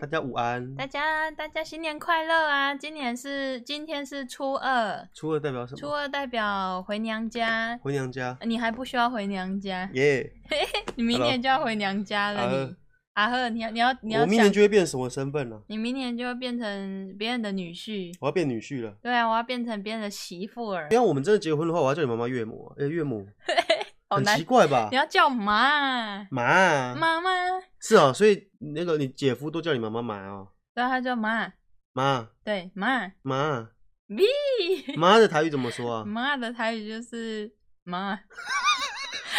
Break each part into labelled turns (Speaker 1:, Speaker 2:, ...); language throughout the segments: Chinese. Speaker 1: 大家午安。
Speaker 2: 大家大家新年快乐啊！今年是今天是初二，
Speaker 1: 初二代表什
Speaker 2: 初
Speaker 1: 么？
Speaker 2: 二呃代表回娘家，
Speaker 1: 回娘家。
Speaker 2: 你还不需要回娘家，
Speaker 1: 耶、
Speaker 2: 你明年就要回娘家了。
Speaker 1: Hello
Speaker 2: 你阿赫，你要你要你要
Speaker 1: 我明年
Speaker 2: 想，
Speaker 1: 就会变什么身份呢、
Speaker 2: 你明年就会变成别人的女婿。
Speaker 1: 我要变女婿了。
Speaker 2: 对啊，我要变成别人的媳妇儿，
Speaker 1: 要我们真的结婚的话，我要叫你妈妈岳母啊。哎、岳母，
Speaker 2: 好
Speaker 1: 很
Speaker 2: 难
Speaker 1: 奇。怪吧
Speaker 2: 你？要叫妈
Speaker 1: 妈啊，
Speaker 2: 妈妈，
Speaker 1: 是哦，所以那个你姐夫都叫你妈妈妈哦，
Speaker 2: 对啊，他叫妈，
Speaker 1: 妈
Speaker 2: 对妈
Speaker 1: 妈
Speaker 2: 咪
Speaker 1: 妈的台语怎么说啊？
Speaker 2: 妈的台语就是妈。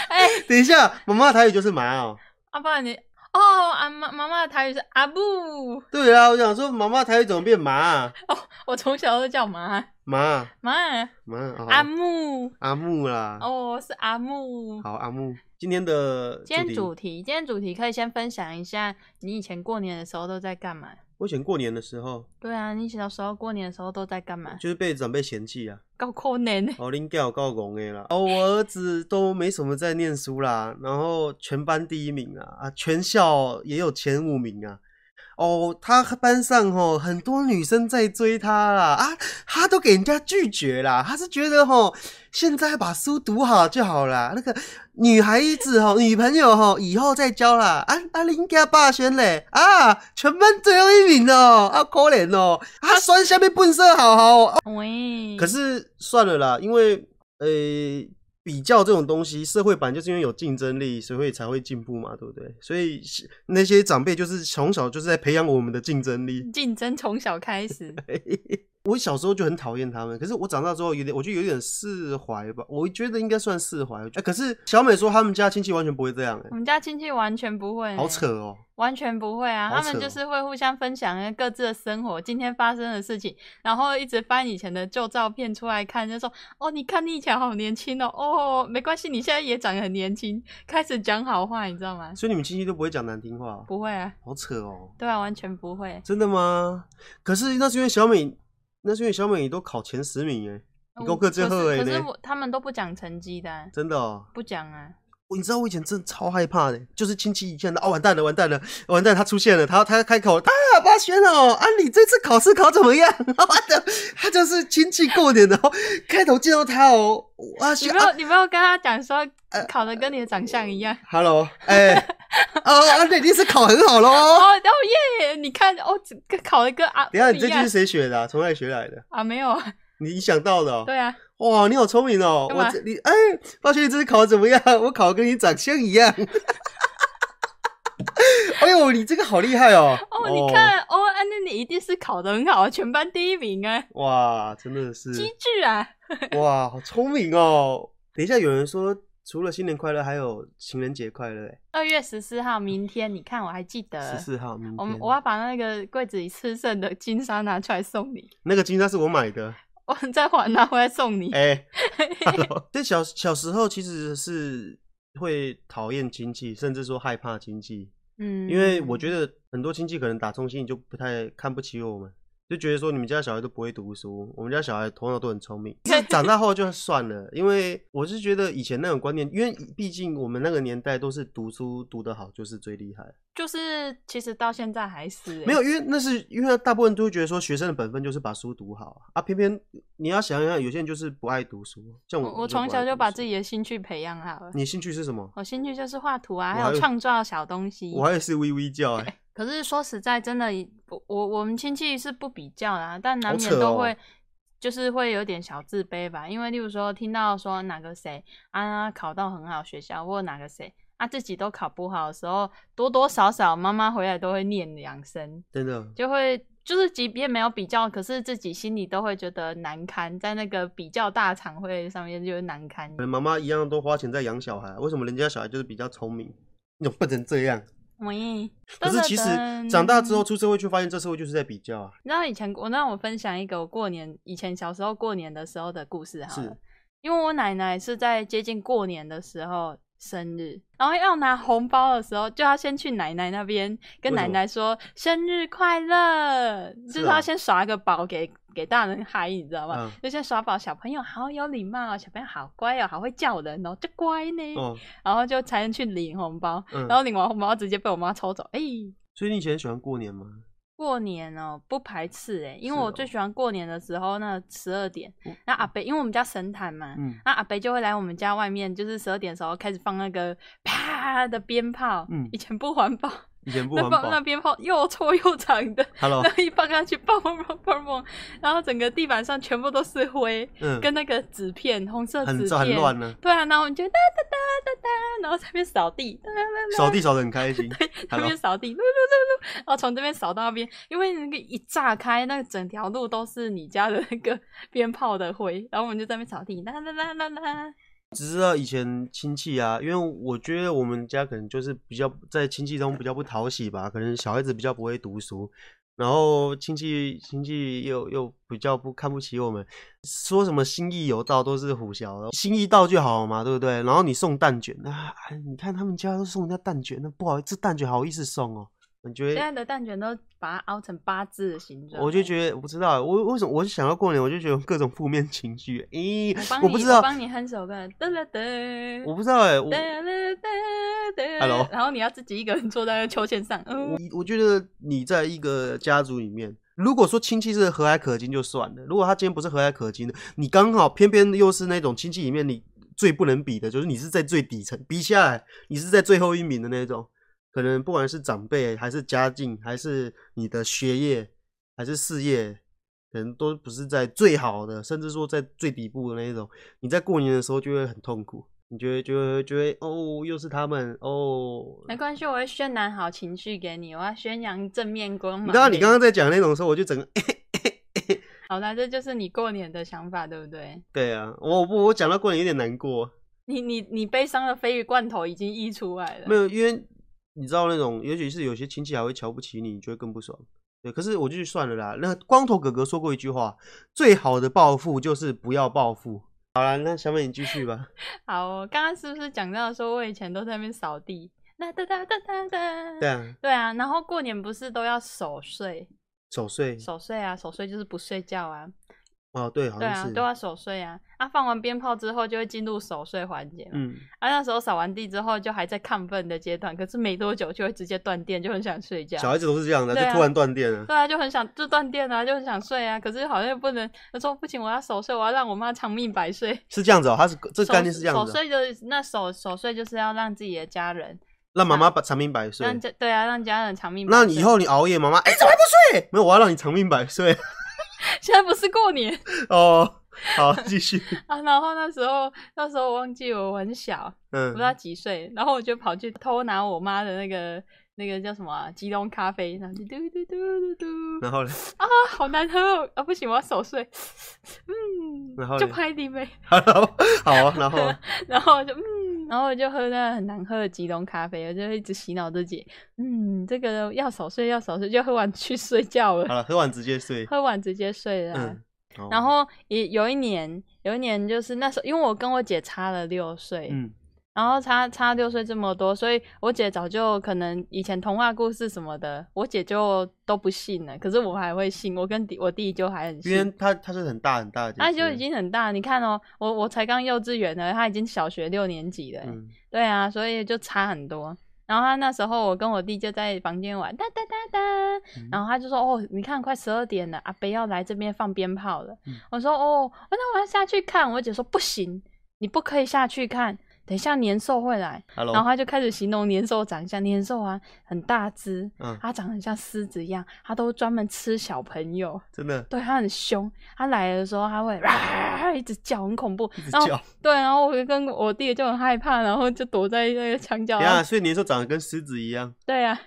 Speaker 2: 哎、
Speaker 1: 等一下，妈妈的台语就是妈哦。
Speaker 2: 阿爸你哦，阿妈妈妈的台语是阿布，
Speaker 1: 对啊，我想说妈妈的台语怎么变妈啊
Speaker 2: 我从小都叫妈
Speaker 1: 妈
Speaker 2: 妈
Speaker 1: 妈、哦
Speaker 2: 阿木
Speaker 1: 阿木啦。
Speaker 2: 哦，是阿木。
Speaker 1: 好，阿木，今天的
Speaker 2: 今天
Speaker 1: 题
Speaker 2: 主题，今天主题可以先分享一下你以前过年的时候都在干嘛？
Speaker 1: 我以前过年的时候，
Speaker 2: 对啊，你小时候过年的时候都在干嘛？
Speaker 1: 就是被长辈嫌弃啊，
Speaker 2: 搞过年呢？
Speaker 1: 哦，拎掉告拱的啦，哦，我儿子都没什么在念书啦，然后全班第一名啊，啊，全校也有前五名啊。哦，他班上吼很多女生在追他啦，啊，他都给人家拒绝啦。他是觉得吼，现在把书读好就好啦。那个女孩子吼，女朋友吼，以后再交啦。啊啊，林家霸轩嘞，啊，全班最后一名哦，啊，可怜哦，啊，酸下面笨色好好哦，
Speaker 2: 喂，
Speaker 1: 可是算了啦，因为呃、比较这种东西，社会版就是因为有竞争力，所以才会进步嘛，对不对？所以是那些长辈就是从小就是在培养我们的竞争力。
Speaker 2: 竞争从小开 始，
Speaker 1: 我小时候就很讨厌他们，可是我长大之后有点，我就有点释怀吧，我觉得应该算释怀。哎、可是小美说他们家亲戚完全不会这样、
Speaker 2: 我们家亲戚完全不会
Speaker 1: 哎，
Speaker 2: 呢，
Speaker 1: 好扯哦、
Speaker 2: 完全不会啊，
Speaker 1: 好
Speaker 2: 他
Speaker 1: 扯
Speaker 2: 们
Speaker 1: 哦
Speaker 2: 就是会互相分享各自的生活，今天发生的事情，然后一直翻以前的旧照片出来看，就说哦，你看你以前好年轻哦，哦，没关系，你现在也长得很年轻，开始讲好话，你知道吗？
Speaker 1: 所以你们亲戚都不会讲难听话哦，
Speaker 2: 不会啊，
Speaker 1: 好扯哦、
Speaker 2: 对啊，完全不会。
Speaker 1: 真的吗？可是那是因为小美，那是因为小美都考前十名哎、你功课最好
Speaker 2: 嗯可
Speaker 1: 的
Speaker 2: 是可是
Speaker 1: 呢
Speaker 2: 我他们都不讲成绩的啊、
Speaker 1: 真的哦、
Speaker 2: 不讲啊，
Speaker 1: 我你知道我以前真的超害怕的，就是亲戚一见到，哦，完蛋了，完蛋了，完蛋，他出现了，他他开口，啊，八轩哦，啊，你这次考试考怎么样？ 完的，他就是亲戚过年，然后开头见到他哦，哇，
Speaker 2: 你
Speaker 1: 轩
Speaker 2: 没
Speaker 1: 啊呃
Speaker 2: 有你没有跟他讲说考的跟你的长相一样。
Speaker 1: ，Hello，哎、哦，啊，那一定是考很好
Speaker 2: 哦
Speaker 1: 喽。
Speaker 2: 哦耶！你看哦，这个考的跟啊不
Speaker 1: 等一下，你
Speaker 2: 一
Speaker 1: 这句
Speaker 2: 样
Speaker 1: 是谁学的、啊？从哪里学来的？
Speaker 2: 啊，没有，
Speaker 1: 你想到的、哦？
Speaker 2: 对啊，
Speaker 1: 哇，你好聪明哦！
Speaker 2: 干嘛
Speaker 1: 我这你哎，发现你这次考得怎么样？我考得跟你长相一样。 哎呦，你这个好厉害哦！
Speaker 2: 哦，你看，哦，啊那你一定是考得很好，全班第一名啊，
Speaker 1: 哇，真的是
Speaker 2: 机智啊！
Speaker 1: 哇，好聪明哦！等一下，有人说除了新年快乐，还有情人节快乐，
Speaker 2: 二月十四号，明天，你看我还记
Speaker 1: 十
Speaker 2: 得。
Speaker 1: 四号明
Speaker 2: 呃我
Speaker 1: 天。
Speaker 2: 我要把那个柜子里吃剩的金沙拿出来送你，
Speaker 1: 那个金莎是我买的，
Speaker 2: 我再还拿回来送你。
Speaker 1: 哎、哈喽，这小小时候其实是会讨厌亲戚，甚至说害怕亲戚，
Speaker 2: 嗯，
Speaker 1: 因为我觉得很多亲戚可能打从心里就不太看不起我们。就觉得说你们家小孩都不会读书，我们家小孩头脑都很聪 明。是长大后就算了，因为我是觉得以前那种观念，因为毕竟我们那个年代都是读书读得好就是最厉害。
Speaker 2: 就是其实到现在还是、欸、
Speaker 1: 没有，因为那是因为大部分都会觉得说学生的本分就是把书读好啊，啊偏偏你要想想，有些人就是不爱读书，像
Speaker 2: 我，
Speaker 1: 我，
Speaker 2: 我从小就
Speaker 1: 就
Speaker 2: 把自己的兴趣培养好了
Speaker 1: 不爱读书。。你兴趣是什么？
Speaker 2: 我兴趣就是画图啊，
Speaker 1: 嗯我
Speaker 2: 还
Speaker 1: 还
Speaker 2: 有
Speaker 1: 有
Speaker 2: 创造小东西。
Speaker 1: 我还是微 微叫哎、
Speaker 2: 可是说实在，真的，我我我们亲戚是不比较啦，但难免
Speaker 1: 好扯哦
Speaker 2: 都会、就是会有点小自卑吧。因为例如说听到说哪个谁啊考到很好学校，或哪个谁啊自己都考不好的时候，多多少少妈妈回来都会念两声，
Speaker 1: 真的，
Speaker 2: 就会就是即便没有比较，可是自己心里都会觉得难堪，在那个比较大场会上面就会难堪。
Speaker 1: 可能妈妈一样都花钱在养小孩，为什么人家小孩就是比较聪明， 你怎么笨成这样？
Speaker 2: 喂，
Speaker 1: 可是其实
Speaker 2: 噔噔噔
Speaker 1: 长大
Speaker 2: 嗯
Speaker 1: 之后出社会，却发现这社会就是在比较啊。
Speaker 2: 你知道以前我让我分享一个我过年以前小时候过年的时候的故事好了
Speaker 1: 是，
Speaker 2: 因为我奶奶是在接近过年的时候生日，然后要拿红包的时候，就要先去奶奶那边跟
Speaker 1: 为什
Speaker 2: 奶
Speaker 1: 么
Speaker 2: 奶说生日快乐，
Speaker 1: 是
Speaker 2: 就是要
Speaker 1: 啊
Speaker 2: 先耍个宝给给大人嗨，你知道吗？
Speaker 1: 嗯
Speaker 2: 就先耍宝，小朋友好有礼貌哦，小朋友好乖哦，好会叫人哦，就乖呢，
Speaker 1: 哦，
Speaker 2: 然后就才能去领红包，
Speaker 1: 嗯
Speaker 2: 然后领完红包直接被我妈抽走，哎、
Speaker 1: 所以你以前喜欢过年吗？
Speaker 2: 过年哦、不排斥哎、因为
Speaker 1: 是
Speaker 2: 我
Speaker 1: 哦
Speaker 2: 最喜欢过年的时候，那十二点，那阿北，因为我们家神坛嘛，
Speaker 1: 嗯
Speaker 2: 那阿北就会来我们家外面，就是十二点的时候开始放那个啪的鞭炮，
Speaker 1: 嗯
Speaker 2: 以前不环保，
Speaker 1: 以 前不
Speaker 2: 那
Speaker 1: 环
Speaker 2: 放
Speaker 1: 保哦
Speaker 2: 那鞭炮又臭又长的，
Speaker 1: ，Hello，
Speaker 2: 那一放下去，砰砰砰砰砰，然后整个地板上全部都是灰，
Speaker 1: 嗯，
Speaker 2: 跟那个纸片，红色纸
Speaker 1: 很
Speaker 2: 片，
Speaker 1: 脏很乱 呢，
Speaker 2: 对啊，然后我们就哒哒哒哒哒，然后在那边扫地，哒哒哒
Speaker 1: 扫地扫得很开心，
Speaker 2: 那
Speaker 1: Hello
Speaker 2: 边扫地，噜噜噜噜，然后从这边扫到那边，因为那个一炸开，那整条路都是你家的那 个鞭炮的灰，然后我们就在那边扫地，啦啦啦啦啦，
Speaker 1: 只知道以前亲戚啊，因为我觉得我们家可能就是比较在亲戚中比较不讨喜吧，可能小孩子比较不会读书，然后亲戚亲戚又又比较不看不起我们，说什么心意有到都是胡淆的，心意到就好嘛，对不对？然后你送蛋卷啊，哎你看他们家都送人家蛋卷，那不好意思，这蛋卷好意思送哦，你觉
Speaker 2: 现
Speaker 1: 得？
Speaker 2: 在的蛋卷都把它凹成八字的形状，
Speaker 1: 我就觉得我不知道，欸我我为什么我想到过年，我就觉得有各种负面情绪，咦、
Speaker 2: 我帮
Speaker 1: 我
Speaker 2: 你，
Speaker 1: 不知道，
Speaker 2: 帮你哼首歌，哒啦哒，
Speaker 1: 我不知道哎、我
Speaker 2: 哒啦哒哒
Speaker 1: Hello
Speaker 2: 然后你要自己一个人坐在那个秋千上，嗯，
Speaker 1: 我我觉得你在一个家族里面，如果说亲戚是和蔼可亲就算了，如果他今天不是和蔼可亲的，你刚好偏偏又是那种亲戚里面你最不能比的，就是你是在最底层，比下来你是在最后一名的那种。可能不管是长辈，还是家境，还是你的学业，还是事业，可能都不是在最好的，甚至说在最底部的那一种。你在过年的时候就会很痛苦，你就会就会就会哦，又是他们哦，
Speaker 2: 没关系，我会渲染好情绪给你，我要宣扬正面光
Speaker 1: 你
Speaker 2: 芒。
Speaker 1: 知道你刚刚在讲那种时候，我就整个、欸
Speaker 2: 好啦，这就是你过年的想法，对不对？
Speaker 1: 对啊，我我我讲到过年有点难过，
Speaker 2: 你你你悲伤的鲱鱼罐头已经溢出来了。
Speaker 1: 没有，因为你知道那种，也许是有些亲戚还会瞧不起你，你就会更不爽。对，可是我就算了啦。那光头哥哥说过一句话，最好的报复就是不要报复。好啦，那小美你继续 吧。
Speaker 2: 好、哦，刚刚是不是讲到说我以前都在那边扫地？那哒哒哒哒哒。
Speaker 1: 对啊，
Speaker 2: 对啊，然后过年不是都要守岁？
Speaker 1: 守岁
Speaker 2: 守岁啊，守岁就是不睡觉啊。
Speaker 1: 哦，对，好
Speaker 2: 对啊
Speaker 1: 像，是。
Speaker 2: 都要守岁啊。啊，放完鞭炮之后就会进入守岁环节嘛。
Speaker 1: 嗯，
Speaker 2: 啊，那时候扫完地之后就还在亢奋的阶段，可是没多久就会直接断电，就很想睡觉。
Speaker 1: 小孩子都是这样的，就
Speaker 2: 对啊
Speaker 1: 突然断电了。
Speaker 2: 对啊，就很想就断电啊，就很想睡啊，可是好像又不能，他说不行，我要守岁，我要让我妈长命百岁。
Speaker 1: 是这样子哦，他是这
Speaker 2: 守
Speaker 1: 概念是这样
Speaker 2: 守
Speaker 1: 子哦，
Speaker 2: 岁的那守守岁就是要让自己的家人，
Speaker 1: 让妈妈把长命百岁。
Speaker 2: 让家对啊，让家人长命百岁。
Speaker 1: 那你以后你熬夜，妈妈哎怎么还不睡？没有，我要让你长命百岁。
Speaker 2: 现在不是过年
Speaker 1: 哦，好，继续。
Speaker 2: 啊？然后那时候那时候我忘记我很小，
Speaker 1: 嗯
Speaker 2: 不知，道几岁，然后我就跑去偷拿我妈的那个那个叫什么、啊、吉隆咖啡，然后就嘟嘟嘟嘟嘟
Speaker 1: 然后 呢？
Speaker 2: 啊，好难喝哦啊！不行，我要守岁， 嗯，
Speaker 1: 然后
Speaker 2: 就
Speaker 1: 嘞
Speaker 2: 拍你呗。
Speaker 1: Hello，好啊，然后啊
Speaker 2: 然后我就嗯，然后我就喝那很难喝的吉隆咖啡，我就一直洗脑自己，嗯，这个要少睡，要少睡，就喝完去睡觉
Speaker 1: 好
Speaker 2: 了，
Speaker 1: 了，喝完直接睡。
Speaker 2: 喝完直接睡了啊、
Speaker 1: 嗯，好
Speaker 2: 然后也有一年，有一年就是那时候，因为我跟我姐差了六岁，
Speaker 1: 嗯，
Speaker 2: 然后差差六岁这么多，所以我姐早就可能以前童话故事什么的，我姐就都不信了，可是我还会信，我跟弟我弟就还很
Speaker 1: 因为
Speaker 2: 信。
Speaker 1: 他他是很大很大的，
Speaker 2: 他就已，经很大，你看哦，我我才刚幼稚园呢，他已经小学六年级了欸、
Speaker 1: 嗯，
Speaker 2: 对啊，所以就差很多。然后他那时候，我跟我弟就在房间玩，哒哒哒哒。
Speaker 1: 嗯
Speaker 2: 然后他就说：“哦，你看，快十二点了，阿北要来这边放鞭炮了。
Speaker 1: 嗯
Speaker 2: 我说：“哦，那我要下去看。”我姐说：“不行，你不可以下去看，等一下年兽会来。
Speaker 1: Hello，
Speaker 2: 然后他就开始形容年兽长相，年兽啊很大只，
Speaker 1: 嗯，
Speaker 2: 它长得像狮子一样，它都专门吃小朋友，
Speaker 1: 真的
Speaker 2: 对它很哦凶。它来的时候，它会、一直叫，很恐怖
Speaker 1: 一。直
Speaker 2: 然后
Speaker 1: 叫。
Speaker 2: 对，然后我就跟我弟就很害怕，然后就躲在那个墙角啊
Speaker 1: 等一。下，所以年兽长得跟狮子一样，
Speaker 2: 对啊，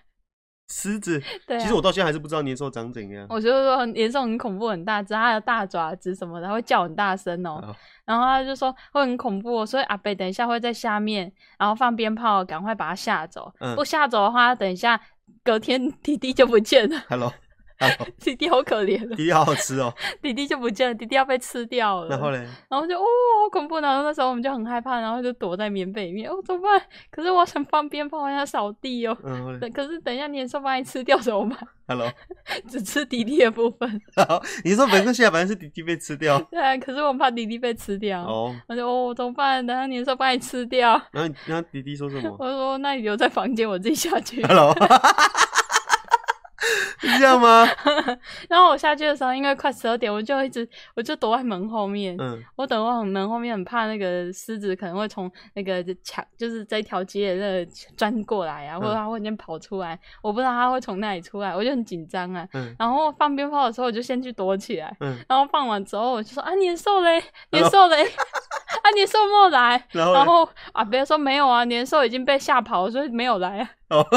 Speaker 1: 狮子。
Speaker 2: 对啊。
Speaker 1: 其实我到现在还是不知道年兽长怎样。
Speaker 2: 我就说很严重，很恐怖，很大只，它的大爪子什么的，它会叫很大声哦、
Speaker 1: 哦
Speaker 2: 然后他就说会很恐怖、哦，所以阿北等一下会在下面，然后放鞭炮，赶快把它吓走。
Speaker 1: 嗯
Speaker 2: 不吓走的话，等一下隔天弟弟就不见了，
Speaker 1: Hello，Hello，
Speaker 2: 弟弟好可怜了，
Speaker 1: 第一好好吃 哦。
Speaker 2: 弟弟就不见了，弟弟要被吃掉了。
Speaker 1: 然后嘞，
Speaker 2: 然后就哦，好恐怖！然后那时候我们就很害怕，然后就躲在棉被里面。哦，怎么办？可是我想放鞭炮，我想扫地哦。
Speaker 1: 嗯然后嘞
Speaker 2: 等可是等一下年兽把你吃掉怎么办？
Speaker 1: ，Hello，
Speaker 2: 只吃弟弟的部分。
Speaker 1: 好，你说本身现在反正是弟弟被吃掉
Speaker 2: 对啊，可是我很怕弟弟被吃掉。
Speaker 1: 哦，
Speaker 2: 我就 哦，怎么办？等下年兽把你吃掉。
Speaker 1: 然后你然后 弟弟说什么
Speaker 2: 我说那你留在房间，我自己下去。
Speaker 1: ？Hello，是这样吗？
Speaker 2: 然后我下去的时候，因为快十二点，我就一直我就躲在门后面，
Speaker 1: 嗯
Speaker 2: 我等我门后面很怕那个狮子可能会从那个墙，就是这一条街的那个钻过来啊，或
Speaker 1: 嗯
Speaker 2: 者它会先跑出来，我不知道它会从哪里出来，我就很紧张啊。
Speaker 1: 嗯
Speaker 2: 然后放鞭炮的时候，我就先去躲起来，
Speaker 1: 嗯，
Speaker 2: 然后放完之后，我就说啊，年兽嘞，年兽嘞， 啊，年兽没有来。
Speaker 1: 然后
Speaker 2: 然
Speaker 1: 呢
Speaker 2: 后啊，别人说没有啊，年兽已经被吓跑了，所以没有来啊。
Speaker 1: 哦，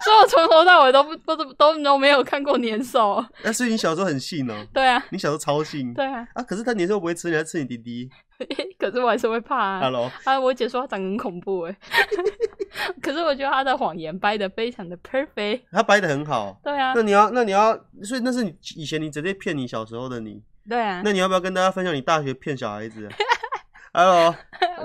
Speaker 2: 所以我从头到尾都不都都都都没有看过年兽。
Speaker 1: 那所以你小时候很信哦，
Speaker 2: 对啊，
Speaker 1: 你小时候超信
Speaker 2: 对啊，
Speaker 1: 啊，可是他年兽不会吃你，他吃你弟弟。
Speaker 2: 可是我还是会怕啊。
Speaker 1: Hello，
Speaker 2: 啊，我姐说她长得很恐怖哎， 可是我觉得她的谎言掰的非常的 perfect。
Speaker 1: 他掰的很好。
Speaker 2: 对啊
Speaker 1: 那，你要，那你要，所以那是你以前你直接骗你小时候的你，
Speaker 2: 对啊。
Speaker 1: 那你要不要跟大家分享你大学骗小 孩子啊？Hello，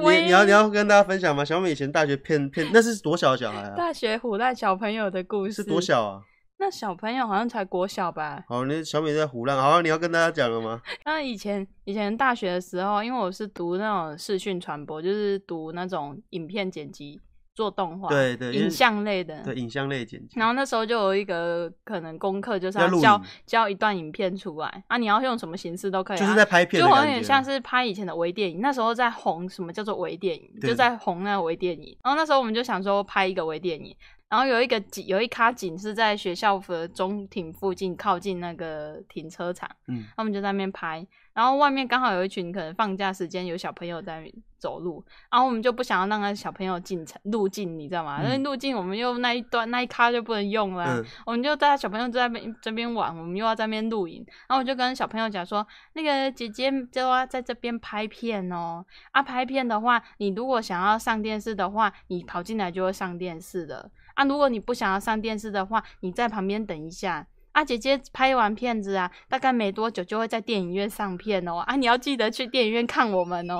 Speaker 2: 喂
Speaker 1: 你你要你要跟大家分享吗？小美以前大学骗骗那是多小的小孩啊？
Speaker 2: 大学唬烂小朋友的故事
Speaker 1: 是多？小啊？
Speaker 2: 那小朋友好像才国小吧？
Speaker 1: 好，那小美在胡乱，好，你要跟大家讲了吗？
Speaker 2: 那以前以前大学的时候，因为我是读那种视讯传播，就是读那种影片剪辑、做动画、
Speaker 1: 对对，因为
Speaker 2: 影像类的。
Speaker 1: 对影像类剪辑，
Speaker 2: 然后那时候就有一个可能功课，就是
Speaker 1: 要
Speaker 2: 要
Speaker 1: 录影
Speaker 2: 交交一段影片出来啊，你要用什么形式都可以、啊，
Speaker 1: 就是在拍片
Speaker 2: 就
Speaker 1: 的
Speaker 2: 有
Speaker 1: 感
Speaker 2: 点
Speaker 1: 觉
Speaker 2: 像是拍以前的微电影，那时候在红什么叫做微电影，
Speaker 1: 对
Speaker 2: 就在红那个微电影。然后那时候我们就想说拍一个微电影，然后有一个景，有一卡景是在学校的中庭附近，靠近那个停车场，
Speaker 1: 嗯，
Speaker 2: 他们就在那边拍。然后外面刚好有一群可能放假时间有小朋友在那里走路，然后我们就不想要让那小朋友进城路径，你知道吗？
Speaker 1: 嗯
Speaker 2: 那、路径我们又那一段那一咖就不能用了啊、
Speaker 1: 嗯，
Speaker 2: 我们就带小朋友在那边这边玩，我们又要在那边露营，然后我就跟小朋友讲说，那个姐姐就要在这边拍片哦，啊，拍片的话，你如果想要上电视的话，你跑进来就会上电视的，啊，如果你不想要上电视的话，你在旁边等一下。啊，姐姐拍完片子啊，大概没多久就会在电影院上片哦。啊，你要记得去电影院看我们哦。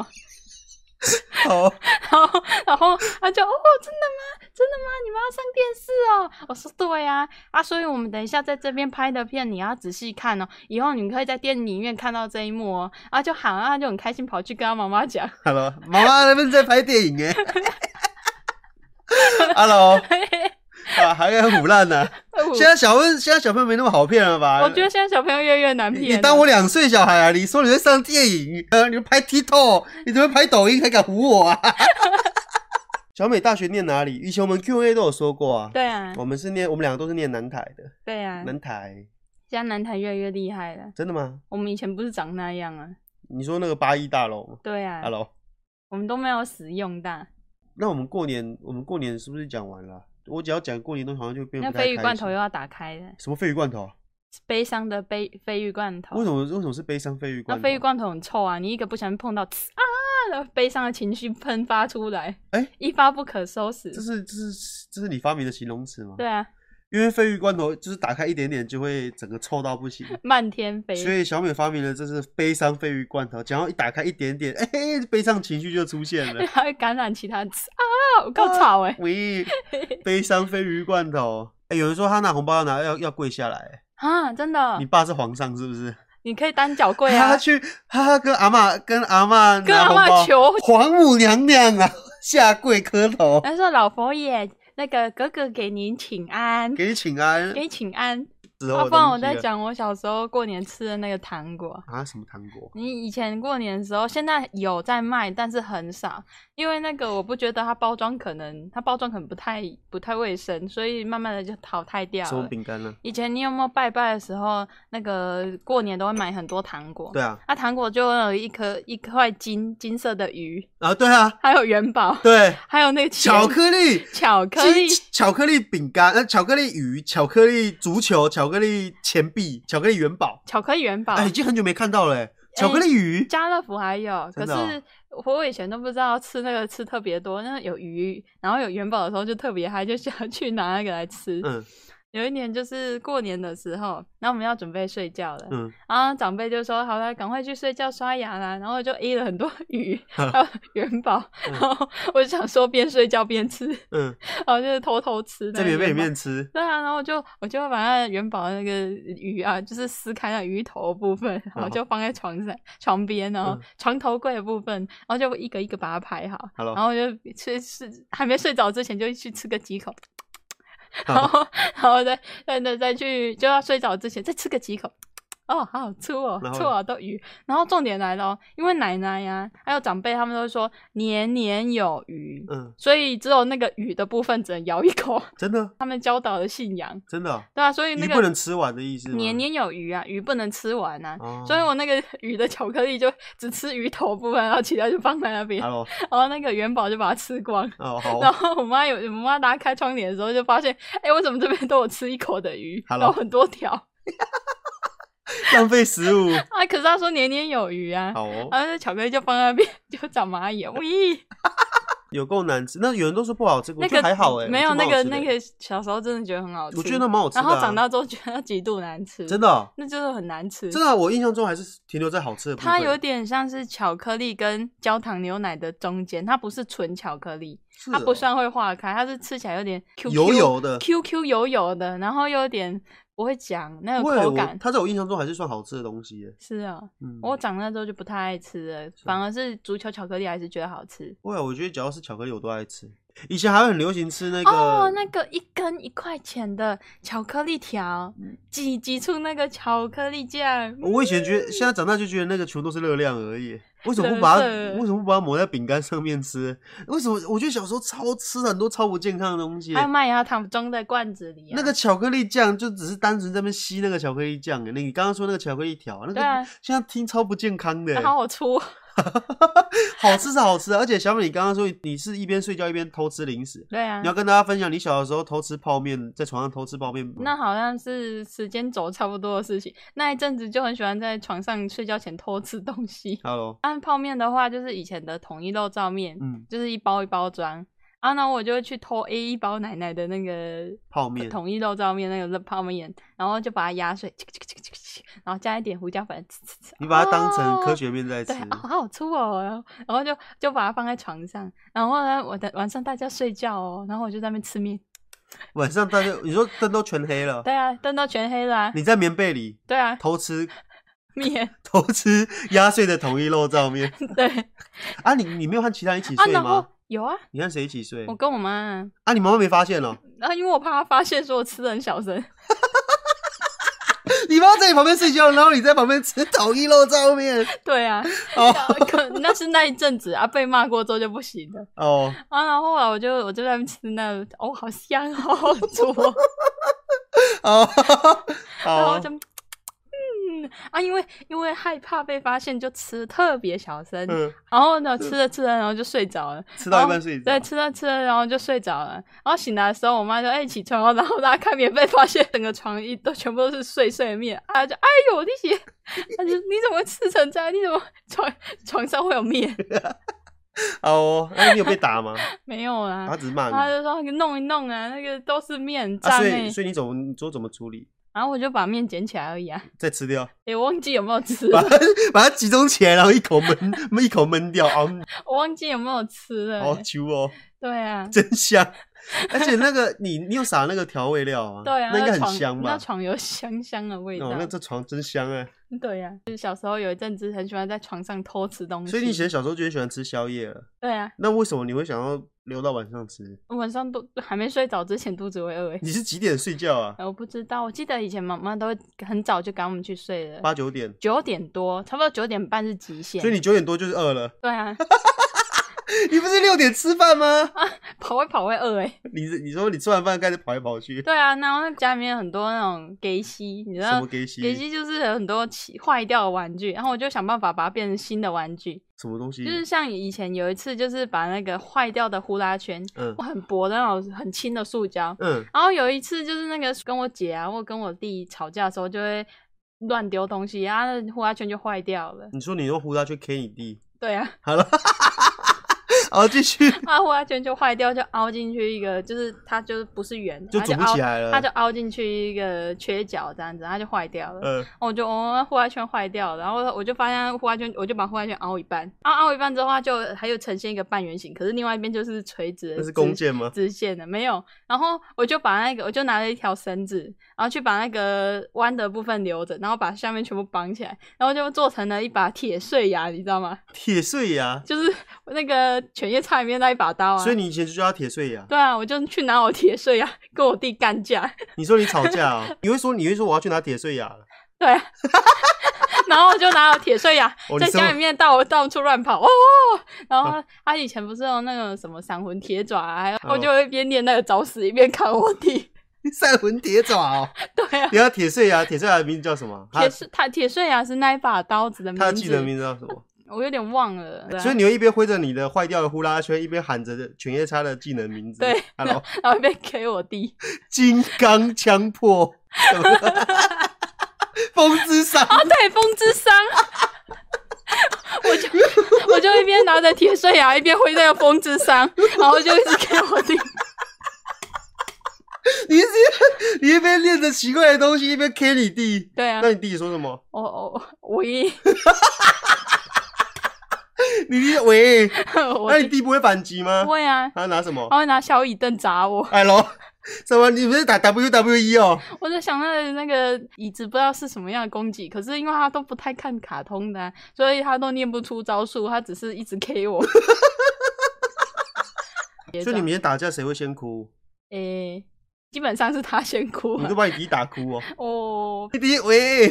Speaker 1: 好，
Speaker 2: 然后，然后他就哦，真的吗？真的吗？你们要上电视哦？我说对呀、啊，所以我们等一下在这边拍的片，你要仔细看哦。以后你可以在电影院看到这一幕哦。啊，就喊啊，他就很开心跑去跟他妈妈讲，
Speaker 1: Hello，妈妈那边在拍电影 哎。Hello，啊，还敢胡烂呢？现在小问，现在小朋友没那么好骗了吧？
Speaker 2: 我觉得现在小朋友越来越难
Speaker 1: 你
Speaker 2: 骗
Speaker 1: 你
Speaker 2: 了。
Speaker 1: 当我两岁小孩啊？你说你会上电影，呃，你会拍 TikTok，你怎么会拍抖音还敢唬我 啊？小美大学念哪里？以前我们 Q&A 都有说过啊。
Speaker 2: 对啊，
Speaker 1: 我们是念，我们两个都是念南台的。
Speaker 2: 对啊，
Speaker 1: 南台
Speaker 2: 现在南台越来越厉害了。
Speaker 1: 真的吗？
Speaker 2: 我们以前不是长那样啊？
Speaker 1: 你说那个八一大楼吗
Speaker 2: 对啊，
Speaker 1: ？Hello，
Speaker 2: 我们都没有使用到。
Speaker 1: 那我们过年，我们过年是不是讲完了？我只要讲过年东西，好像就变
Speaker 2: 那
Speaker 1: 不太
Speaker 2: 鲱鱼
Speaker 1: 开
Speaker 2: 罐头
Speaker 1: 心
Speaker 2: 又要打开了，
Speaker 1: 什么鲱鱼罐头啊？
Speaker 2: 悲伤的悲鲱鱼罐头。
Speaker 1: 为什么为什么是悲伤鲱鱼
Speaker 2: 那
Speaker 1: 罐
Speaker 2: 哦
Speaker 1: 头？
Speaker 2: 啊鲱鱼罐头很臭啊！你一个不小心碰到，呲啊，然后悲伤的情绪喷发出来，
Speaker 1: 哎
Speaker 2: 一发不可收拾
Speaker 1: 这。是这是这是你发明的形容词吗？
Speaker 2: 对，啊，
Speaker 1: 因为鲱鱼罐头就是打开一点点就会整个臭到不行，
Speaker 2: 漫天飞。。
Speaker 1: 所以小美发明了这是悲伤鲱鱼罐头，只要一打开一点点，哎、嘿，悲伤情绪就出现了
Speaker 2: 它会感染其他呲啊！我靠草哎、
Speaker 1: 喂，悲伤鲱鱼罐头。哎、有人说他拿红包要拿要要跪下来，
Speaker 2: 啊！真的
Speaker 1: 你，爸是皇上是不是？
Speaker 2: 你可以单脚跪啊
Speaker 1: 他！去哈哈跟阿嬷跟阿嬷
Speaker 2: 跟
Speaker 1: 拿
Speaker 2: 阿
Speaker 1: 红包
Speaker 2: 嬷求
Speaker 1: 皇母娘娘啊下跪磕头，
Speaker 2: 他说老佛爷，那个哥哥给您请安，
Speaker 1: 给你请安。
Speaker 2: 给你请安。
Speaker 1: 之
Speaker 2: 哎啊，
Speaker 1: 后
Speaker 2: 不然我
Speaker 1: 在
Speaker 2: 在讲我小时候过年吃的那个糖果。
Speaker 1: 啊什么糖果？
Speaker 2: 你以前过年的时候，现在有在卖，但是很少，因为那个我不觉得它包装可能，它包装可能不太不太卫生，所以慢慢的就淘汰掉
Speaker 1: 什么
Speaker 2: 了。
Speaker 1: 饼干呢？
Speaker 2: 以前你有没有拜拜的时候，那个过年都会买很多糖果，
Speaker 1: 对啊，
Speaker 2: 那、糖果就有一颗一块金金色的鱼，
Speaker 1: 啊对啊，
Speaker 2: 还有元宝，
Speaker 1: 对，
Speaker 2: 还有那个钱
Speaker 1: 巧克力，
Speaker 2: 巧克力
Speaker 1: 鸡巧克力饼干，呃，巧克力鱼，巧克力足球，巧克力钱币，巧克力元宝，
Speaker 2: 巧克力元宝，
Speaker 1: 哎，已经很久没看到了，哎巧克力鱼，
Speaker 2: 家乐福还有，可
Speaker 1: 真的哦
Speaker 2: 是我以前都不知道吃那个吃特别多，那有鱼，然后有元宝的时候就特别嗨，就想要去拿那个来吃。
Speaker 1: 嗯
Speaker 2: 有一年就是过年的时候，然后我们要准备睡觉了，
Speaker 1: 嗯，
Speaker 2: 然后长辈就说：“好了，赶快去睡觉刷牙啦。”然后我就 A 了很多 鱼，还有元宝，
Speaker 1: 嗯
Speaker 2: 然后我就想说边睡觉边吃，
Speaker 1: 嗯，
Speaker 2: 然后就是偷偷吃。
Speaker 1: 在棉被里面。吃，
Speaker 2: 对啊，然后我就我就把那元宝的那个鱼啊，就是撕开了鱼头的部分，然后就放在床上、床边，然后
Speaker 1: 嗯
Speaker 2: 床头柜的部分，然后就一个一个把它排好，
Speaker 1: 哦 Hello
Speaker 2: 然后我就去吃，还没睡着之前就去吃个几口，
Speaker 1: 嗯
Speaker 2: 然后然后再再再再去就要睡着之前再吃个几口。哦，好好吃哦
Speaker 1: 然，后
Speaker 2: 吃我都鱼。然后重点来了哦，因为奶奶呀、还有长辈他们都会说年年有余，
Speaker 1: 嗯，
Speaker 2: 所以只有那个鱼的部分只能咬一口，
Speaker 1: 真的
Speaker 2: 他们教导的信仰。
Speaker 1: 真的哦，
Speaker 2: 对啊，所以那
Speaker 1: 鱼
Speaker 2: 个
Speaker 1: 不能吃完的意思吗？
Speaker 2: 年年有余啊，鱼不能吃完啊。
Speaker 1: 哦，
Speaker 2: 所以我那个 鱼的巧克力就只吃鱼头部分，然后其他就放在那边，
Speaker 1: Hello，
Speaker 2: 然后那个元宝就把它吃光。
Speaker 1: 啊哦 好
Speaker 2: 然后我妈有我妈拉开窗帘的时候就发现，哎、为什么这边都有吃一口的鱼，然
Speaker 1: Hello
Speaker 2: 后很多条
Speaker 1: 浪费食 物，
Speaker 2: 啊？可是她说年年有余啊，
Speaker 1: 好哦，
Speaker 2: 然后那巧克力就放在那边 就长蚂蚁，喂，
Speaker 1: 有够难吃。那有人都说不好吃，我
Speaker 2: 那
Speaker 1: 觉得
Speaker 2: 个
Speaker 1: 还好哎，
Speaker 2: 没有
Speaker 1: 我觉
Speaker 2: 那
Speaker 1: 得蛮好
Speaker 2: 个
Speaker 1: 吃的
Speaker 2: 那，个小时候真的觉得很好吃，
Speaker 1: 我觉得蛮好吃的
Speaker 2: 然
Speaker 1: 啊。
Speaker 2: 后长大之后觉得极度难吃，
Speaker 1: 真的哦
Speaker 2: 那就是很难吃，
Speaker 1: 真的啊，我印象中还是停留在好吃的部分。
Speaker 2: 它有点像是巧克力跟焦糖牛奶的中间，它不是纯巧克力，
Speaker 1: 是
Speaker 2: 它
Speaker 1: 哦
Speaker 2: 不算会化开，它是吃起来有点 Q
Speaker 1: 油油的
Speaker 2: Q Q 油油的，然后又有点不会讲那
Speaker 1: 不
Speaker 2: 个
Speaker 1: 会
Speaker 2: 口
Speaker 1: 我
Speaker 2: 感。
Speaker 1: 它在我印象中还是算好吃的东西耶。
Speaker 2: 是啊，
Speaker 1: 嗯，哦
Speaker 2: 我长大之后就不太爱吃了，反而是足球巧克力还是觉得好吃。
Speaker 1: 不会啊，我觉得只要是巧克力我都爱吃。以前还会很流行吃那个
Speaker 2: 哦，那个一根一块钱的巧克力条，挤挤出那个巧克力酱，
Speaker 1: 嗯我以前觉得，现在长大就觉得那个全部都是热量而已。为什么不把它
Speaker 2: 真的？
Speaker 1: 为什么不把它抹在饼干上面吃？为什么？我觉得小时候超吃很多超不健康的东西
Speaker 2: 还。有麦芽糖装在罐子里、啊。
Speaker 1: 那个巧克力酱就只是单纯在那边吸那个巧克力酱，那你刚刚说那个巧克力条，那
Speaker 2: 对啊
Speaker 1: 个现在听超不健康的，
Speaker 2: 好好粗，
Speaker 1: 好吃是好吃啊，而且小美你刚刚说你是一边睡觉一边偷吃零食，
Speaker 2: 对啊
Speaker 1: 你要。跟大家分享你小的时候偷吃泡面，在床上偷吃泡面吗，
Speaker 2: 那好像是时间轴差不多的事情。那一阵子就很喜欢在床上睡觉前偷吃东西。
Speaker 1: Hello，
Speaker 2: 按泡面的话，就是以前的统一肉燥面，
Speaker 1: 嗯，
Speaker 2: 就是一包一包装。啊，那我就会去偷 A 一包奶奶的那个
Speaker 1: 泡面
Speaker 2: 统一肉燥面那个泡面，然后就把它压碎，然后加一点胡椒粉，
Speaker 1: 你把它当成科
Speaker 2: 哦
Speaker 1: 学面在吃
Speaker 2: 对，，哦，好好粗哦，然后然后就就把它放在床上，然后呢，我的晚上大家睡觉哦，然后我就在那边吃面，
Speaker 1: 晚上大家你说灯都全黑了，
Speaker 2: 对啊，灯都全黑啦、
Speaker 1: 你在棉被里
Speaker 2: 对啊，
Speaker 1: 偷吃
Speaker 2: 面，
Speaker 1: 偷吃压碎的统一肉燥面
Speaker 2: 对
Speaker 1: 啊！你你没有和其他人一起
Speaker 2: 啊，
Speaker 1: 睡
Speaker 2: 然后
Speaker 1: 吗？
Speaker 2: 有啊，
Speaker 1: 你和谁一起睡
Speaker 2: 我？跟我妈、啊，
Speaker 1: 啊，你妈妈没发现哦、
Speaker 2: 然后因为我怕她发现，说我吃的很小声，
Speaker 1: 你妈在你旁边睡觉，然后你在旁边吃统一肉燥面
Speaker 2: 对啊，
Speaker 1: 哦
Speaker 2: 可那是那一阵子啊，被骂过之后就不行了
Speaker 1: 哦，
Speaker 2: 啊。然后后来我就我就在那边吃那个，哦，好香哦，好做，
Speaker 1: 哦，
Speaker 2: 然后
Speaker 1: 好
Speaker 2: 我就。嗯啊，因为因为害怕被发现，就吃得特别小声，
Speaker 1: 嗯，
Speaker 2: 然后呢，吃着吃着，然后就睡着了。
Speaker 1: 吃到一半睡着
Speaker 2: 哦对，，吃着吃着，然后就睡着了。然后醒来的时候，我妈就哎、起床 哦，然后拉开棉被，发现整个床一都全部都是碎碎面，她就哎呦，你血，她就你怎么会吃成这样？你怎么床床上会有面？
Speaker 1: 好哦，那你有被打吗？啊
Speaker 2: 没有啦
Speaker 1: 他，只是骂
Speaker 2: 她
Speaker 1: 你
Speaker 2: 就说弄一弄啊，那个都是面很
Speaker 1: 啊，
Speaker 2: 脏
Speaker 1: 所
Speaker 2: 哎、
Speaker 1: 以所以你怎么你说怎么处理？
Speaker 2: 然后我就把面捡起来而已啊，
Speaker 1: 再吃掉，
Speaker 2: 也、忘记有没有吃
Speaker 1: 把
Speaker 2: 了，
Speaker 1: 它把它集中起来，然后一口闷，一 口闷掉，啊，嗯
Speaker 2: 我忘记有没有吃了、欸
Speaker 1: 好揪哦。
Speaker 2: 对啊，
Speaker 1: 真香。而且那个你你有撒那个调味料啊？
Speaker 2: 对啊，
Speaker 1: 那应该
Speaker 2: 床
Speaker 1: 很香吧
Speaker 2: 那？床有香香的味道。
Speaker 1: 哦，那这床真香哎、
Speaker 2: 对呀、就是小时候有一阵子很喜欢在床上偷吃东西。
Speaker 1: 所以你以前小时候就很喜欢吃宵夜了，
Speaker 2: 对啊，
Speaker 1: 那为什么你会想要留到晚上吃？
Speaker 2: 晚上都还没睡着之前肚子会饿、欸。
Speaker 1: 你是几点睡觉啊？
Speaker 2: 哎我不知道，我记得以前妈妈都会很早就赶我们去睡了，
Speaker 1: 八九点，
Speaker 2: 九点多，差不多九点半是极限。
Speaker 1: 所以你九点多就是饿了。
Speaker 2: 对啊，
Speaker 1: 你不是六点吃饭吗？
Speaker 2: 跑会跑会饿哎、
Speaker 1: 你是你说你吃完饭开始跑来跑去，
Speaker 2: 对啊，然后家里面很多那种给西，你知
Speaker 1: 什
Speaker 2: 道
Speaker 1: 么给洗
Speaker 2: 啊给西就是有很多起坏掉的玩具，然后我就想办法把它变成新的玩具，
Speaker 1: 什么东西？
Speaker 2: 就是像以前有一次就是把那个坏掉的呼啦圈，
Speaker 1: 嗯
Speaker 2: 哇很薄的那种很轻的塑胶，
Speaker 1: 嗯，
Speaker 2: 然后有一次就是那个跟我姐啊或跟我弟吵架的时候，就会乱丢东西，然后那呼啦圈就坏掉了。
Speaker 1: 你说你用胡椒去 K 你弟，
Speaker 2: 对啊，
Speaker 1: 好了，好继续，
Speaker 2: 啊呼啦圈就坏掉，就凹进去一个，就是它就是不是圆的，
Speaker 1: 就
Speaker 2: 它
Speaker 1: 组
Speaker 2: 就
Speaker 1: 不
Speaker 2: 凹
Speaker 1: 起，来了。
Speaker 2: 它就凹进去一个缺角这样子，它就坏掉了。
Speaker 1: 嗯
Speaker 2: 我就哦，呼啦圈坏掉了，然后我就发现呼啦圈，我就把呼啦圈凹一半，凹凹一半之后，它就还有呈现一个半圆形，可是另外一边就是垂直的直，
Speaker 1: 那是弓箭吗
Speaker 2: 直线的没有。然后我就把那个，我就拿了一条绳子，然后去把那个弯的部分留着，然后把下面全部绑起来，然后就做成了一把铁碎牙，你知道吗？
Speaker 1: 铁碎牙，
Speaker 2: 就是那个《犬夜叉》里面那一把刀啊。
Speaker 1: 所以你以前就叫他铁碎牙。
Speaker 2: 对啊，我就去拿我铁碎牙跟我弟干架。
Speaker 1: 你说你吵架、 啊，你会说你会说我要去拿铁碎牙了。
Speaker 2: 对啊， 然后我就拿我铁碎牙
Speaker 1: 哦
Speaker 2: 在
Speaker 1: 你生活
Speaker 2: 家里面到到处乱跑哦。然后他以前不是有那个什么散魂铁爪啊，还有
Speaker 1: 哦
Speaker 2: 我就会一边念那个找死一边看我弟。
Speaker 1: 散魂铁爪、哦，
Speaker 2: 对啊，
Speaker 1: 你要铁碎牙，铁碎牙的名字叫什 么？他
Speaker 2: 铁碎他铁碎牙是那一把刀子的名字，
Speaker 1: 他记得名字叫什么？
Speaker 2: 我有点忘了。对啊
Speaker 1: 所以你会一边挥着你的坏掉的呼啦圈，一边喊着犬夜叉的技能名字。
Speaker 2: 对
Speaker 1: ，Hello，
Speaker 2: 然后被给我弟，
Speaker 1: 金刚枪破， 风之伤。
Speaker 2: 哦，对，风之伤， 我就我就一边拿着铁碎牙，一边挥那个风之伤，然后就一直给我弟，
Speaker 1: 你一边 你一边练着奇怪的东西，一边 K 你弟。
Speaker 2: 对啊
Speaker 1: 那，你弟说什么？
Speaker 2: 我我我一
Speaker 1: 你弟喂，
Speaker 2: 我
Speaker 1: 那你
Speaker 2: 弟
Speaker 1: 弟不会反击吗？
Speaker 2: 会啊，
Speaker 1: 他拿什么
Speaker 2: 他会拿小椅凳砸我，
Speaker 1: ？Hello，什么？你不是打 WWE 哦？
Speaker 2: 我就想到那个椅子不知道是什么样的攻击，可是因为他都不太看卡通的啊、所以他都念不出招数，他只是一直 K 我。 别
Speaker 1: 所以
Speaker 2: 这
Speaker 1: 你
Speaker 2: 样
Speaker 1: 们先打架，谁会先哭？
Speaker 2: 诶、基本上是他先哭、
Speaker 1: 你
Speaker 2: 啊
Speaker 1: 都，把你弟打哭 哦。
Speaker 2: 哦，
Speaker 1: 弟弟喂，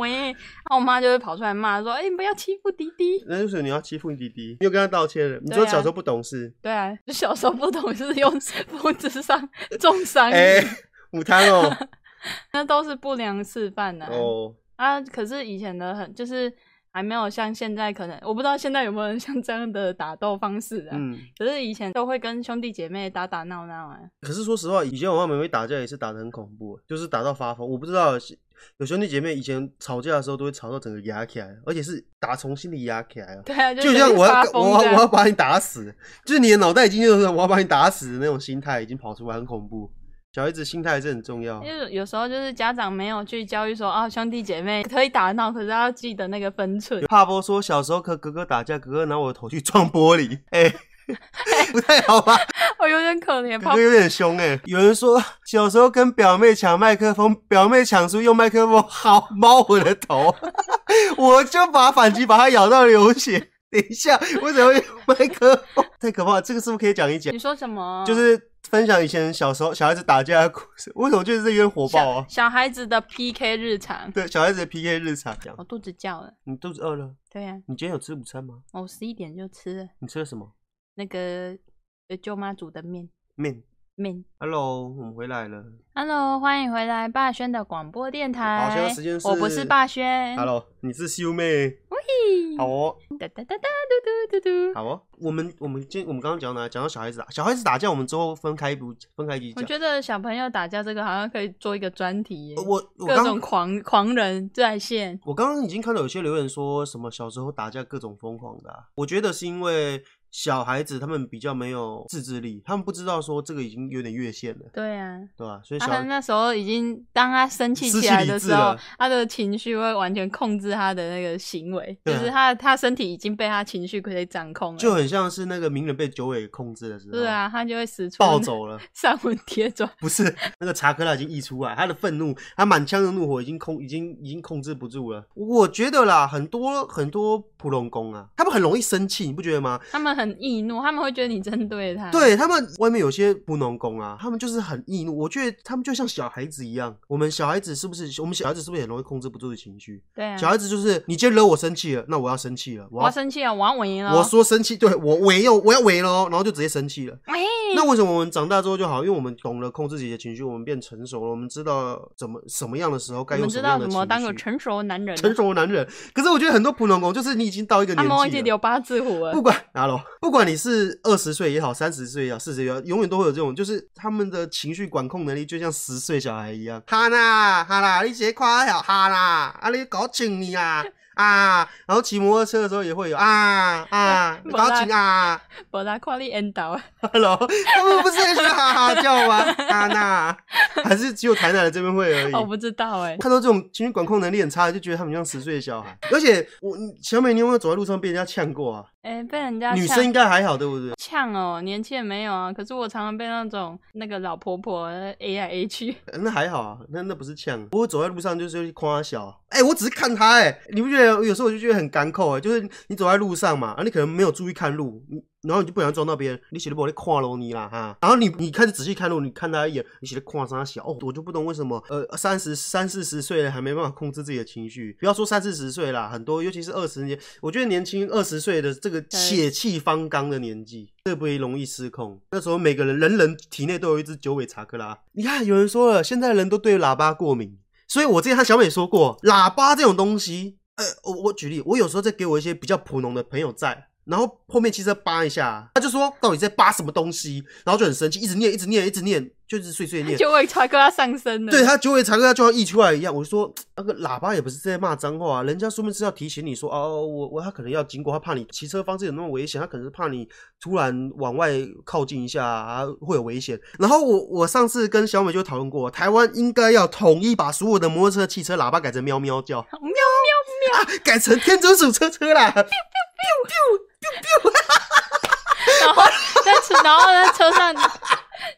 Speaker 2: 喂，然后我妈就会跑出来骂说：“哎、你不要欺负迪迪。
Speaker 1: 那就是你要欺负你弟弟，你有跟他道歉了。你说
Speaker 2: 对啊
Speaker 1: 小时候不懂事”，
Speaker 2: 对啊，就小时候不懂事，用不智商重伤，
Speaker 1: 哎，母汤哦，
Speaker 2: 那都是不良示范呐、啊。
Speaker 1: 哦，
Speaker 2: 可是以前的很就是还没有像现在，可能我不知道现在有没有人像这样的打斗方式啊。
Speaker 1: 嗯。
Speaker 2: 可是以前都会跟兄弟姐妹打打闹闹啊，
Speaker 1: 可是说实话，以前我和妹妹打架也是打得很恐怖，就是打到发疯。我不知道有兄弟姐妹以前吵架的时候都会吵到整个压起来，而且是打从心里压起来啊。
Speaker 2: 对啊，
Speaker 1: 就
Speaker 2: 像
Speaker 1: 像我要
Speaker 2: 发
Speaker 1: 干我
Speaker 2: 疯
Speaker 1: 要
Speaker 2: 这样
Speaker 1: 我要把你打死，就是你的脑袋已经就是我要把你打死的那种心态已经跑出来，很恐怖。小孩子心态是很重要。
Speaker 2: 因为有时候就是家长没有去教育说啊，兄弟姐妹可以打闹，可是要记得那个分寸。
Speaker 1: 帕波说小时候和哥哥打架，哥哥拿我的头去撞玻璃， 哎、不太好吧？
Speaker 2: 我有点可怜，
Speaker 1: 哥
Speaker 2: 怕
Speaker 1: 哥有点凶哎、 有人说小时候跟表妹抢麦克风，表妹抢出用麦克风好猫我的头， 我就把反击把它咬到流血。等一下，为什么会用麦克风？ 太可怕了！这个是不是可以讲一讲
Speaker 2: 你？说什么？
Speaker 1: 就是分享以前小时候小孩子打架的故事。为什么就是这冤火爆啊？
Speaker 2: 小孩子的 PK 日常。
Speaker 1: 对，小孩子的 PK 日常讲
Speaker 2: 我。肚子叫了，
Speaker 1: 你肚子饿了？
Speaker 2: 对呀、
Speaker 1: 你今天有吃午餐吗？
Speaker 2: 我十一点就吃了
Speaker 1: 你吃了什么
Speaker 2: 那个呃舅妈煮的面
Speaker 1: 面
Speaker 2: 面。
Speaker 1: ？Hello，我们回来了。
Speaker 2: Hello，欢迎回来霸轩的广播电台。
Speaker 1: 好现在时间是
Speaker 2: 我不是霸轩。
Speaker 1: Hello，你是秀妹？
Speaker 2: 嘿
Speaker 1: 好哦。
Speaker 2: 哒哒哒哒嘟嘟嘟嘟。
Speaker 1: 好哦，我们我们今我们刚刚讲到哪？讲到小孩子打小孩子打架，我们之后分开一部分开一集
Speaker 2: 我
Speaker 1: 讲。
Speaker 2: 觉得小朋友打架这个好像可以做一个专题耶
Speaker 1: 呃，我我
Speaker 2: 各种
Speaker 1: 刚
Speaker 2: 狂狂人在线。
Speaker 1: 我刚刚已经看到有些留言说什么小时候打架各种疯狂的啊、我觉得是因为小孩子他们比较没有自制力，他们不知道说这个已经有点越线了，
Speaker 2: 对啊，
Speaker 1: 对吧、所以小
Speaker 2: 他
Speaker 1: 孩、
Speaker 2: 那时候已经，当他生气
Speaker 1: 失
Speaker 2: 起
Speaker 1: 去
Speaker 2: 来
Speaker 1: 理
Speaker 2: 的
Speaker 1: 智
Speaker 2: 时候
Speaker 1: 了，
Speaker 2: 他的情绪会完全控制他的那个行为，
Speaker 1: 对
Speaker 2: 就
Speaker 1: 啊
Speaker 2: 是他他身体已经被他情绪可以掌控了。
Speaker 1: 就很像是那个名人被酒鬼控制的时候，
Speaker 2: 是啊，，他就会使出
Speaker 1: 暴走了。
Speaker 2: 上魂贴爪。
Speaker 1: 不是那个查克拉已经溢出来，他的愤怒，他满腔的怒火已经控，已经已经控制不住了。我觉得啦，很多很多普龙宫啊，他们很容易生气，你不觉得吗？
Speaker 2: 他们很易怒，他们会觉得你针对他。
Speaker 1: 对他们外面有些普龙宫啊，他们就是很易怒。我觉得他们就像小孩子一样，我们小孩子是不是我们小孩子是不是很容易控制不住的情绪？
Speaker 2: 对啊，
Speaker 1: 小孩子就是你今天惹我生气了，那我要生气了，
Speaker 2: 我
Speaker 1: 我
Speaker 2: 要
Speaker 1: 要。
Speaker 2: 生气啊了，我要围了。
Speaker 1: 我说生气，对我围又我要围了哦，然后就直接生气了。
Speaker 2: 喂，
Speaker 1: 那为什么我们长大之后就好？因为我们懂得控制自己的情绪，我们变成熟了，我们知道怎么什么样的时候
Speaker 2: 我
Speaker 1: 该
Speaker 2: 们
Speaker 1: 用
Speaker 2: 知
Speaker 1: 什
Speaker 2: 道
Speaker 1: 样的
Speaker 2: 怎
Speaker 1: 情绪。
Speaker 2: 么当个成熟男人了，
Speaker 1: 成熟的男人。可是我觉得很多普通工就是你已经到一个
Speaker 2: 他
Speaker 1: 年
Speaker 2: 们忘记
Speaker 1: 纪了。
Speaker 2: 留八字胡了
Speaker 1: 不。管哪喽，不管你是二十岁也好，三十岁也好，四十岁也好，永远都会有这种，就是他们的情绪管控能力就像十岁小孩一样。哈啦哈啦，你斜夸小哈啦，啊你搞紧你啊啊！然后骑摩托车的时候也会有啊 啊，你搞紧啊！
Speaker 2: 我来看你 end 到，
Speaker 1: Hello，他们不是也喜欢哈哈叫吗？哈娜，还是只有台南的这边会而已。
Speaker 2: 我不知道哎。
Speaker 1: 看到这种情绪管控能力很差的，就觉得他们像十岁的小孩。而且我小美，你有没有走在路上被人家呛过啊？
Speaker 2: 哎、被人家
Speaker 1: 女
Speaker 2: 呛
Speaker 1: 生应该还好，对不对？
Speaker 2: 呛哦，年轻人没有啊。可是我常常被那种那个老婆婆呃 A 来 A 去，
Speaker 1: 呃那还好啊，那那不是呛。我走在路上就是去夸她小啊，哎、我只是看她、哎，你不觉得有时候我就觉得很干扣哎，就是你走在路上嘛，啊，你可能没有注意看路，你然后你就不小心撞到别人，你写的不我在跨楼你啦哈，然后你你开始仔细看路，你看她一眼，你写的跨她小，哦，我就不懂为什么，呃，三十三四十岁了还没办法控制自己的情绪，不要说三四十岁啦，很多尤其是二十年，我觉得年轻二十岁的这个血气方刚的年纪，特别容易失控。那时候每个人人人体内都有一只九尾查克拉。你看，有人说了，现在人都对喇叭过敏，所以我之前和小美说过，喇叭这种东西，呃，我我举例，我有时候在给我一些比较普农的朋友在。然后后面汽车扒一下，他就说到底在扒什么东西，然后就很生气，一直念，一直念，一直念，就是碎碎念。
Speaker 2: 就为查克拉上身了。
Speaker 1: 对他九尾查克拉就像溢出来一样。我就说那个喇叭也不是在骂脏话啊，人家说明是要提醒你说哦，我我他可能要经过，他怕你骑车方式有那么危险，他可能是怕你突然往外靠近一下啊，会有危险。然后我我上次跟小美就讨论过，台湾应该要统一把所有的摩托车、汽车喇叭改成喵喵叫，喵喵喵啊，改成天竺鼠车车啦。
Speaker 2: 然后在车，然后在车上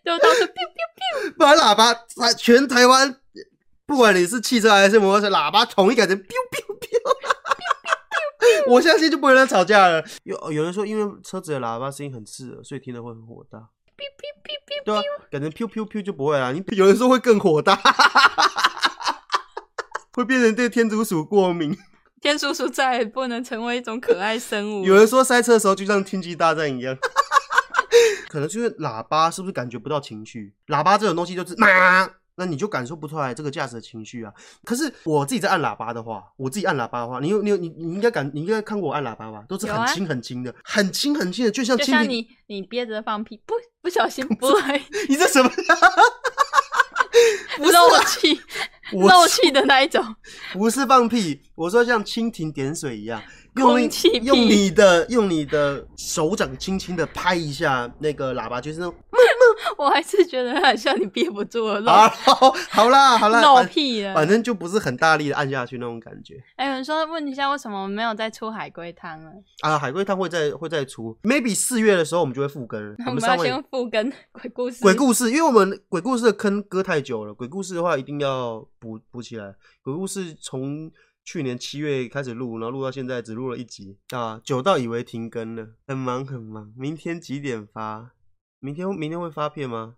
Speaker 2: 就都是 biu biu，
Speaker 1: 把喇叭，全台湾，不管你是汽车还是摩托车，喇叭统一改成 biu biu biu。我相信就不会有人吵架了。有有人说，因为车子的喇叭声音很刺耳，所以听了会很火大。对啊，改成 piu piu piu 就不会啦。你有人说会更火大，会变成对天竺鼠过敏。
Speaker 2: 天叔叔再也不能成为一种可爱生物。
Speaker 1: 有人说塞车的时候就像天际大战一样， 可能就是喇叭是不是感觉不到情绪？喇叭这种东西就是 嘛，那你就感受不出来这个驾驶的情绪啊。可是我自己在按喇叭的话，我自己按喇叭的话，你有你有你你应该感你应该看过我按喇叭吧？都是
Speaker 2: 有啊
Speaker 1: 很轻很轻的，很轻很轻的，就像
Speaker 2: 就
Speaker 1: 蜻
Speaker 2: 像
Speaker 1: 蜓。
Speaker 2: 你，你憋着放屁，不不小心不会
Speaker 1: 你这什么？ 不是啊
Speaker 2: 漏气，漏
Speaker 1: 我
Speaker 2: 气的那一种。
Speaker 1: 不是放屁，我说像蜻蜓点水一样，用
Speaker 2: 空
Speaker 1: 你
Speaker 2: 气
Speaker 1: 用
Speaker 2: 屁
Speaker 1: 你的用你的手掌轻轻的拍一下那个喇叭，就是那种
Speaker 2: 我还是觉得很像你憋不住了，漏
Speaker 1: 啊， 好，好啦，好啦，
Speaker 2: 漏
Speaker 1: 反
Speaker 2: 屁了。
Speaker 1: 反正就不是很大力的按下去那种感觉
Speaker 2: 哎，有人说问一下，为什么没有再出海龟汤了？
Speaker 1: 啊。海龟汤会再会再出，maybe 四月的时候我们就会 复更了。
Speaker 2: 那
Speaker 1: 我
Speaker 2: 我
Speaker 1: 们
Speaker 2: 们
Speaker 1: 上
Speaker 2: 要
Speaker 1: 位
Speaker 2: 先复更鬼故事。
Speaker 1: 鬼故事，因为我们鬼故事的坑割太久了，鬼故事的话一定要补补起来。鬼故事从去年七月开始录，然后录到现在只录了一集啊，久到以为停更了，很忙很忙。明天几点发？明天明天会发片吗？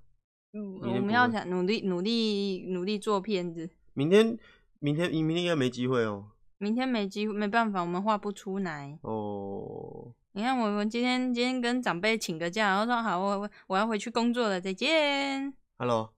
Speaker 2: 嗯，
Speaker 1: 明
Speaker 2: 我
Speaker 1: 天
Speaker 2: 们
Speaker 1: 不
Speaker 2: 要
Speaker 1: 会
Speaker 2: 想努力努力努力做片子。
Speaker 1: 明天明天明天应该没机会哦。
Speaker 2: 明天没机会，没办法，我们画不出来。
Speaker 1: 哦，
Speaker 2: 你看，我们今天今天跟长辈请个假，然后说好，我我我要回去工作了，再见。
Speaker 1: Hello，